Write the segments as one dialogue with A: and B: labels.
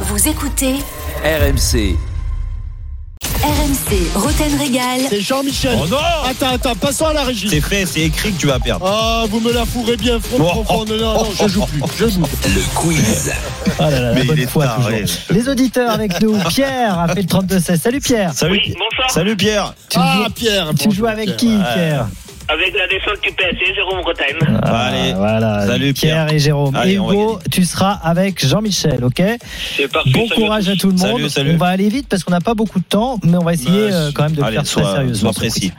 A: Vous écoutez
B: RMC.
A: RMC Roten Régal.
C: C'est Jean-Michel.
D: Oh non
C: attends, attends, passons à la régie.
D: C'est fait, c'est écrit que tu vas perdre.
C: Ah, vous me la fourrez bien front
D: Oh.
C: profonde. Non, non, je
E: oh,
C: joue plus. Je joue. plus.
B: Le quiz.
E: Ah là là, la
D: Mais il
E: bonne
D: est
E: foi,
D: tard,
E: toujours.
D: ouais.
E: Les auditeurs avec nous. Pierre a fait le 32-16. Salut Pierre.
D: Salut.
F: Oui, bonsoir.
D: Salut Pierre.
E: Tu
C: Ah,
E: joues,
C: Pierre.
E: tu joues avec qui, Pierre
F: Avec la défense du PSG, Jérôme Bretagne.
D: Bah, Ah, Allez.
E: Ah, Voilà.
D: Salut, Pierre.
E: Pierre et Jérôme.
D: Allez,
E: et
D: on va
E: Hugo, tu seras avec Jean-Michel, ok
F: C'est parfait.
E: Bon
F: salut
E: courage à tout le monde.
D: Salut, salut.
E: On va aller vite parce qu'on n'a pas beaucoup de temps, mais on va essayer
D: Bah,
E: euh, quand même de le
D: allez,
E: faire
D: sois-
E: très sérieusement.
D: sois précis.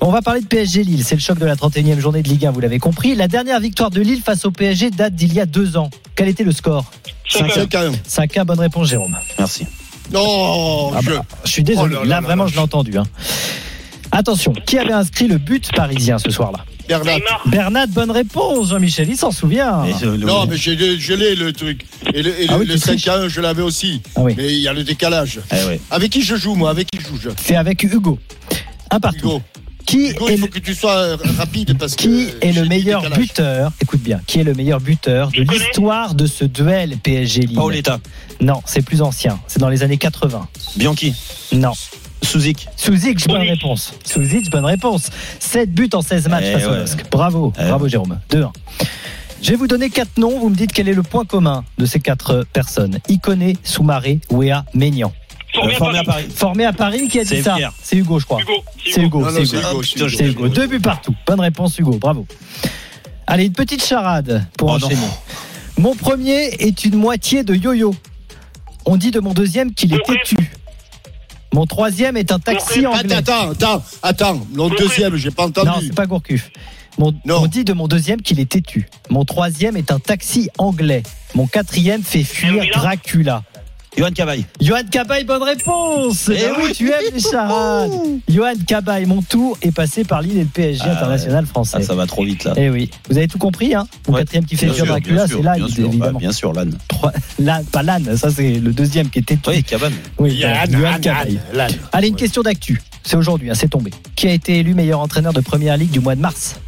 E: On va parler de PSG Lille. C'est le choc de la 31e journée de Ligue 1, vous l'avez compris. La dernière victoire de Lille face au PSG date d'il y a deux ans. Quel était le score
C: 5 quand même.
E: 5-1, bonne réponse Jérôme.
D: Merci.
C: Non,
E: Ah
C: je.
E: bah, je suis désolé,
C: Oh là
E: là,
C: là là
E: vraiment
C: là.
E: je l'ai entendu. hein. Attention, qui avait inscrit le but parisien ce soir-là
C: Bernat.
F: Neymar.
E: Bernat, bonne réponse, Jean-Michel, il s'en souvient.
D: Et, euh,
C: Non, mais j'ai l'ai- je l'ai le truc. Et le, et
E: Ah
C: le-
E: oui,
C: le
E: tu
C: 5 à 1, je l'avais aussi.
E: Ah oui.
C: Mais il y a le décalage.
D: Eh ouais.
C: Avec qui je joue, moi Avec qui je joue, je
E: C'est avec Hugo. Un partout.
C: Hugo.
E: Qui
C: Hugo,
E: est
C: il faut
E: le,
C: que tu sois euh, rapide parce que. euh,
E: qui
C: j'ai
E: est le
C: dit
E: meilleur
C: décalage.
E: buteur Écoute bien, qui est le meilleur buteur de
F: Je connais.
E: l'histoire de ce duel PSG Lille
D: Paoletta.
E: Non, c'est plus ancien, c'est dans les années 80.
D: Bianchi.
E: Non.
D: Souzik.
E: Souzic, bonne
F: Olic.
E: réponse. Souzic, bonne réponse. 7 buts en 16 matchs
D: Eh
E: face au
D: ouais.
E: LOSC. Bravo,
D: Eh
E: bravo
D: ouais.
E: Jérôme. 2-1. Je vais vous donner quatre noms, vous me dites quel est le point commun de ces quatre personnes. Iconé, Soumaré, Wea, Ménian.
F: Formé à
D: formé à
F: Paris.
D: Paris.
E: Formé à Paris, qui a dit
D: C'est
E: ça
D: Pierre.
E: C'est Hugo, je crois.
F: Hugo.
E: C'est Hugo,
C: Non,
E: c'est
C: non, c'est
E: Hugo.
C: Hugo.
D: putain,
C: c'est
E: C'est
C: Hugo.
E: Hugo. Deux buts partout. Bonne réponse, Hugo. Bravo. Allez, une petite charade pour
D: Oh non.
E: enchaîner. Mon premier est une moitié de yo-yo. On dit de mon deuxième qu'il est
F: Mon rêve.
E: têtu. Mon troisième est un taxi
F: rêve.
E: anglais.
C: Attends, attends, attends, attends. Le deuxième, j'ai pas
E: Non,
C: entendu.
E: c'est pas Gourcuff. Mon-
C: Non.
E: On dit de mon deuxième qu'il est têtu. Mon troisième est un taxi anglais. Mon quatrième fait fuir
F: Milan.
E: Dracula.
D: Johan Cabaye.
E: Johan Cabaye, bonne réponse
D: Eh
E: Eh oui, tu aimes les charades Johan Cabaye, mon tour est passé par Lille et le PSG
D: Ah,
E: international français.
D: Ah, ça va trop vite là.
E: Eh oui, vous avez tout compris, hein Mon
D: Ouais.
E: quatrième qui fait
D: Bien
E: fuir
D: sûr,
E: Dracula,
D: bien
E: c'est
D: sûr,
E: là,
D: bien sûr, bah,
E: évidemment.
D: bien sûr, l'âne.
E: Trois- Lan- pas Lan, ça c'est le deuxième qui était
D: Oui, Cabane.
E: Oui, euh,
C: Il y a
E: Johan
C: Anne, Anne,
E: Cabaye.
C: Anne, Anne.
E: Allez, une question d'actu. C'est aujourd'hui, hein, c'est tombé. Qui a été élu meilleur entraîneur de première ligue du mois de mars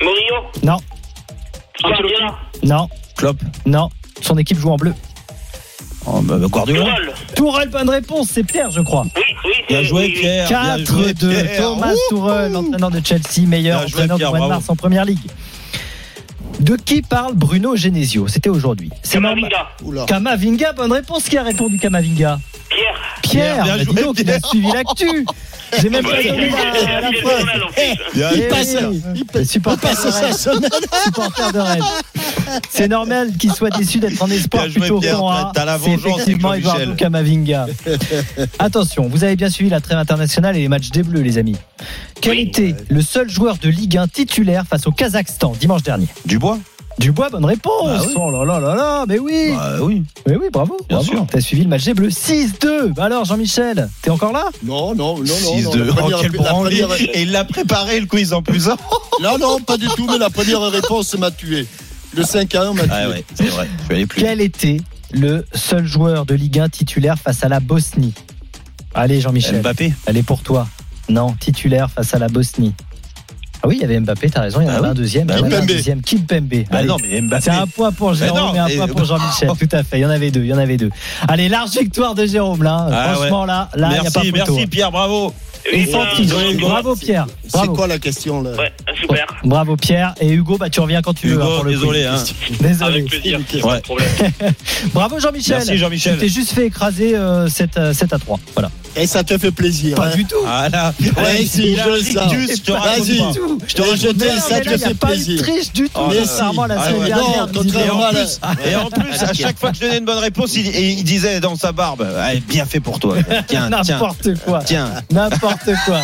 F: Mourinho.
E: Non,
F: Guardiola.
E: non,
D: Klopp.
E: non. Son équipe joue en bleu.
D: Oh, bah, bah, Guardiola.
F: Tourol.
E: Tourelle, bonne réponse, c'est Pierre, je crois.
F: Oui, oui.
D: Bien
F: c'est-
D: joué
F: oui, oui.
D: Pierre. Bien joué,
E: 4-2,
D: Pierre.
E: Thomas
D: Ouh.
E: Tourelle, l'entraîneur de Chelsea, meilleur
D: Bien joué,
E: entraîneur
D: Pierre,
E: du mois de
D: bravo.
E: mars en première ligue. De qui parle Bruno Genesio C'était aujourd'hui. C'est normal.
F: Camavinga.
C: Oula.
E: Kamavinga, bonne réponse. Qui a répondu Kamavinga
F: Pierre.
E: Pierre,
D: Bien
E: bah, dis
D: joué,
E: donc, il a suivi l'actu. J'ai même pas
F: Oui,
E: donné
F: c'est-
E: la, la
D: Bah,
F: c'est le
E: preuve.
F: journal, en plus.
D: Bien
E: Eh
D: joué.
E: oui,
C: il
E: le supporter
C: passe
E: de
C: sa
E: Rennes. Supporter de Rennes. C'est normal qu'il soit déçu d'être en espoir
D: Bien joué,
E: plutôt
D: Pierre.
E: qu'en
D: T'as-
E: A.
D: t'as la
E: C'est
D: vengeance,
E: effectivement
D: Claude
E: Eduardo
D: Michel.
E: Camavinga. Attention, vous avez bien suivi la trêve internationale et les matchs des Bleus, les amis. Quel
F: Oui.
E: était le seul joueur de Ligue 1 titulaire face au Kazakhstan dimanche dernier
D: Dubois.
E: Dubois, bonne réponse.
D: Bah oui.
E: Oh là là là là, mais oui.
D: Bah oui.
E: Mais oui, bravo.
D: Bien
E: bravo.
D: sûr.
E: T'as suivi le match des Bleus 6-2. Bah alors, Jean-Michel, t'es encore là
C: Non, non, non, non. non.
D: 6-2.
C: La
D: Oh,
C: première-
D: quel
C: la
D: branlé.
C: première-
D: Et il l'a préparé le quiz en plus. hein.
C: Non, non, pas du tout, mais la première réponse m'a tué. Le 5 à 1 m'a tué.
D: Ah ouais, c'est vrai. Je vais aller plus. vite.
E: Quel était le seul joueur de Ligue 1 titulaire face à la Bosnie Allez, Jean-Michel,
D: Mbappé.
E: elle est pour toi. Non, titulaire face à la Bosnie. Ah oui, il y avait Mbappé, t'as raison, il y en
D: Bah
E: avait
D: oui.
E: un deuxième.
D: Bah
E: il y en avait
C: oui.
E: un deuxième. Kimpembe.
D: Bah
E: Allez.
D: non, mais Mbappé. Bah
E: C'est un point pour Jérôme
D: non,
E: et un
D: mais-
E: point pour Jean-Michel, tout à fait. Il y en avait deux, il y en avait deux. Allez, large victoire de Jérôme, là. hein.
D: Ah
E: Franchement, là, là, il n'y a pas
D: Merci,
E: photo.
D: merci Pierre, bravo.
E: Et
F: Oui,
E: sans
F: euh,
E: tige.
D: Hugo.
E: Bravo, Pierre.
C: C'est
E: Bravo.
C: quoi la question là
F: Ouais, super.
E: Bravo, Pierre. Et Hugo, bah, tu reviens quand tu veux. hein,
D: Hugo,
E: pour le
D: désolé. Hein.
E: quiz. Désolé.
F: Avec plaisir. y a
D: Ouais.
F: pas de problème.
E: Bravo Jean-Michel.
D: Merci, Jean-Michel.
E: Tu t'es juste fait écraser euh, 7, à- 7 à 3. Voilà.
C: Et Eh, ça te fait plaisir. hein
E: du tout.
D: Ah là,
C: Ouais,
D: il-
C: si,
D: il a
C: je
D: un
C: le sens.
D: rictus, je te raconte
C: Vas-y,
D: pas.
C: je te rejetais, ça
E: il
C: te
E: n'y a
C: fait
E: pas eu de
C: plaisir.
E: triche du tout.
D: Oh,
E: Contrairement à la
D: merci.
E: semaine
D: Ah ouais,
E: dernière.
C: non,
D: Et
E: visiblement.
C: contrairement
D: en,
C: à la-
D: plus, et en plus, à chaque fois que je donnais une bonne réponse, il, et il disait dans sa barbe Ah, Bien fait pour toi. Tiens, tiens,
E: N'importe quoi.
D: tiens.
E: N'importe quoi.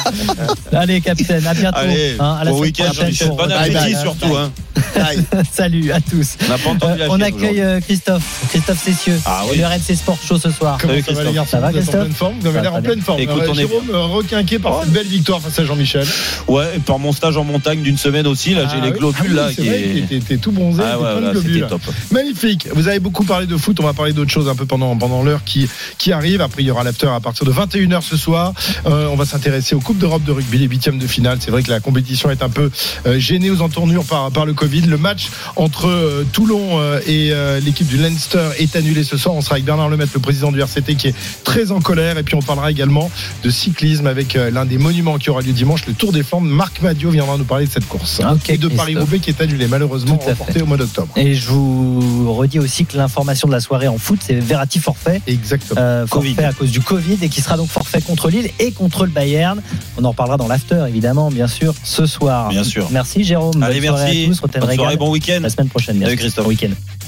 E: Allez, capitaine, à bientôt.
D: Allez,
E: hein, à la
D: bon
E: semaine
D: week-end,
E: prochaine
D: Jean-Michel.
E: pour-
D: Bon
E: euh,
C: Bye,
D: appétit
C: bye.
D: surtout. Hein.
C: Aïe.
E: Salut à tous.
D: On n'a pas
E: Euh,
D: entendu la
E: on
D: chienne
E: accueille
D: aujourd'hui.
E: euh, Christophe, Christophe Cessieux,
D: Ah oui.
E: le RMC Sport Show ce soir.
G: Comment
D: Salut,
G: ça va
D: Christophe.
G: les garçons
E: Ça va,
G: Vous êtes en
E: Christophe
G: pleine forme Vous
E: Ça
G: avez l'air
E: va
G: en pleine forme.
D: Écoute, on est Oh
G: Jérôme euh, requinqué par cette belle victoire face à Jean-Michel.
D: Ouais, et par mon stage en montagne d'une semaine aussi, là, j'ai
G: Ah
D: les
G: oui.
D: globules
G: Ah oui,
D: là
G: c'est
D: qui
G: vrai,
D: est-
G: t'es- t'es tout bronzé,
D: Ah
G: t'es
D: ouais,
G: plein de
D: ouais,
G: globules.
D: c'était top.
G: Magnifique. Vous avez beaucoup parlé de foot. On va parler d'autres choses un peu pendant, pendant l'heure qui, qui arrive. Après, il y aura l'after à partir de 21h ce soir. Euh, on va s'intéresser aux Coupes d'Europe de rugby, les huitièmes de finale. C'est vrai que la compétition est un peu euh, gênée aux entournures par, par le Covid. Le match entre euh, Toulon euh, et euh, l'équipe du Leinster est annulé ce soir. On sera avec Bernard Lemaitre, le président du RCT, qui est très en colère. Et puis on parlera également de cyclisme avec euh, l'un des monuments qui aura lieu dimanche, le Tour des Flandres. Marc Madio viendra nous parler de cette course.
E: Ah, Ok,
G: et de
E: Christophe.
G: Paris-Roubaix qui est annulé, malheureusement
E: Tout à fait.
G: reporté au mois d'octobre.
E: Et je vous redis aussi que l'information de la soirée en foot, c'est Verratti forfait.
G: Exactement.
E: Euh,
D: Covid.
E: forfait à cause du Covid et qui sera donc forfait contre Lille et contre le Bayern. On en reparlera dans l'after, évidemment, bien sûr, ce soir.
D: Bien sûr.
E: Merci Jérôme.
D: Allez,
E: Bonne soirée
D: merci.
E: à tous. Roten
D: Bonne
E: Reagan.
D: soirée, bon week-end.
E: La semaine prochaine. Merci.
D: Salut, Christophe.
E: Bon week-end.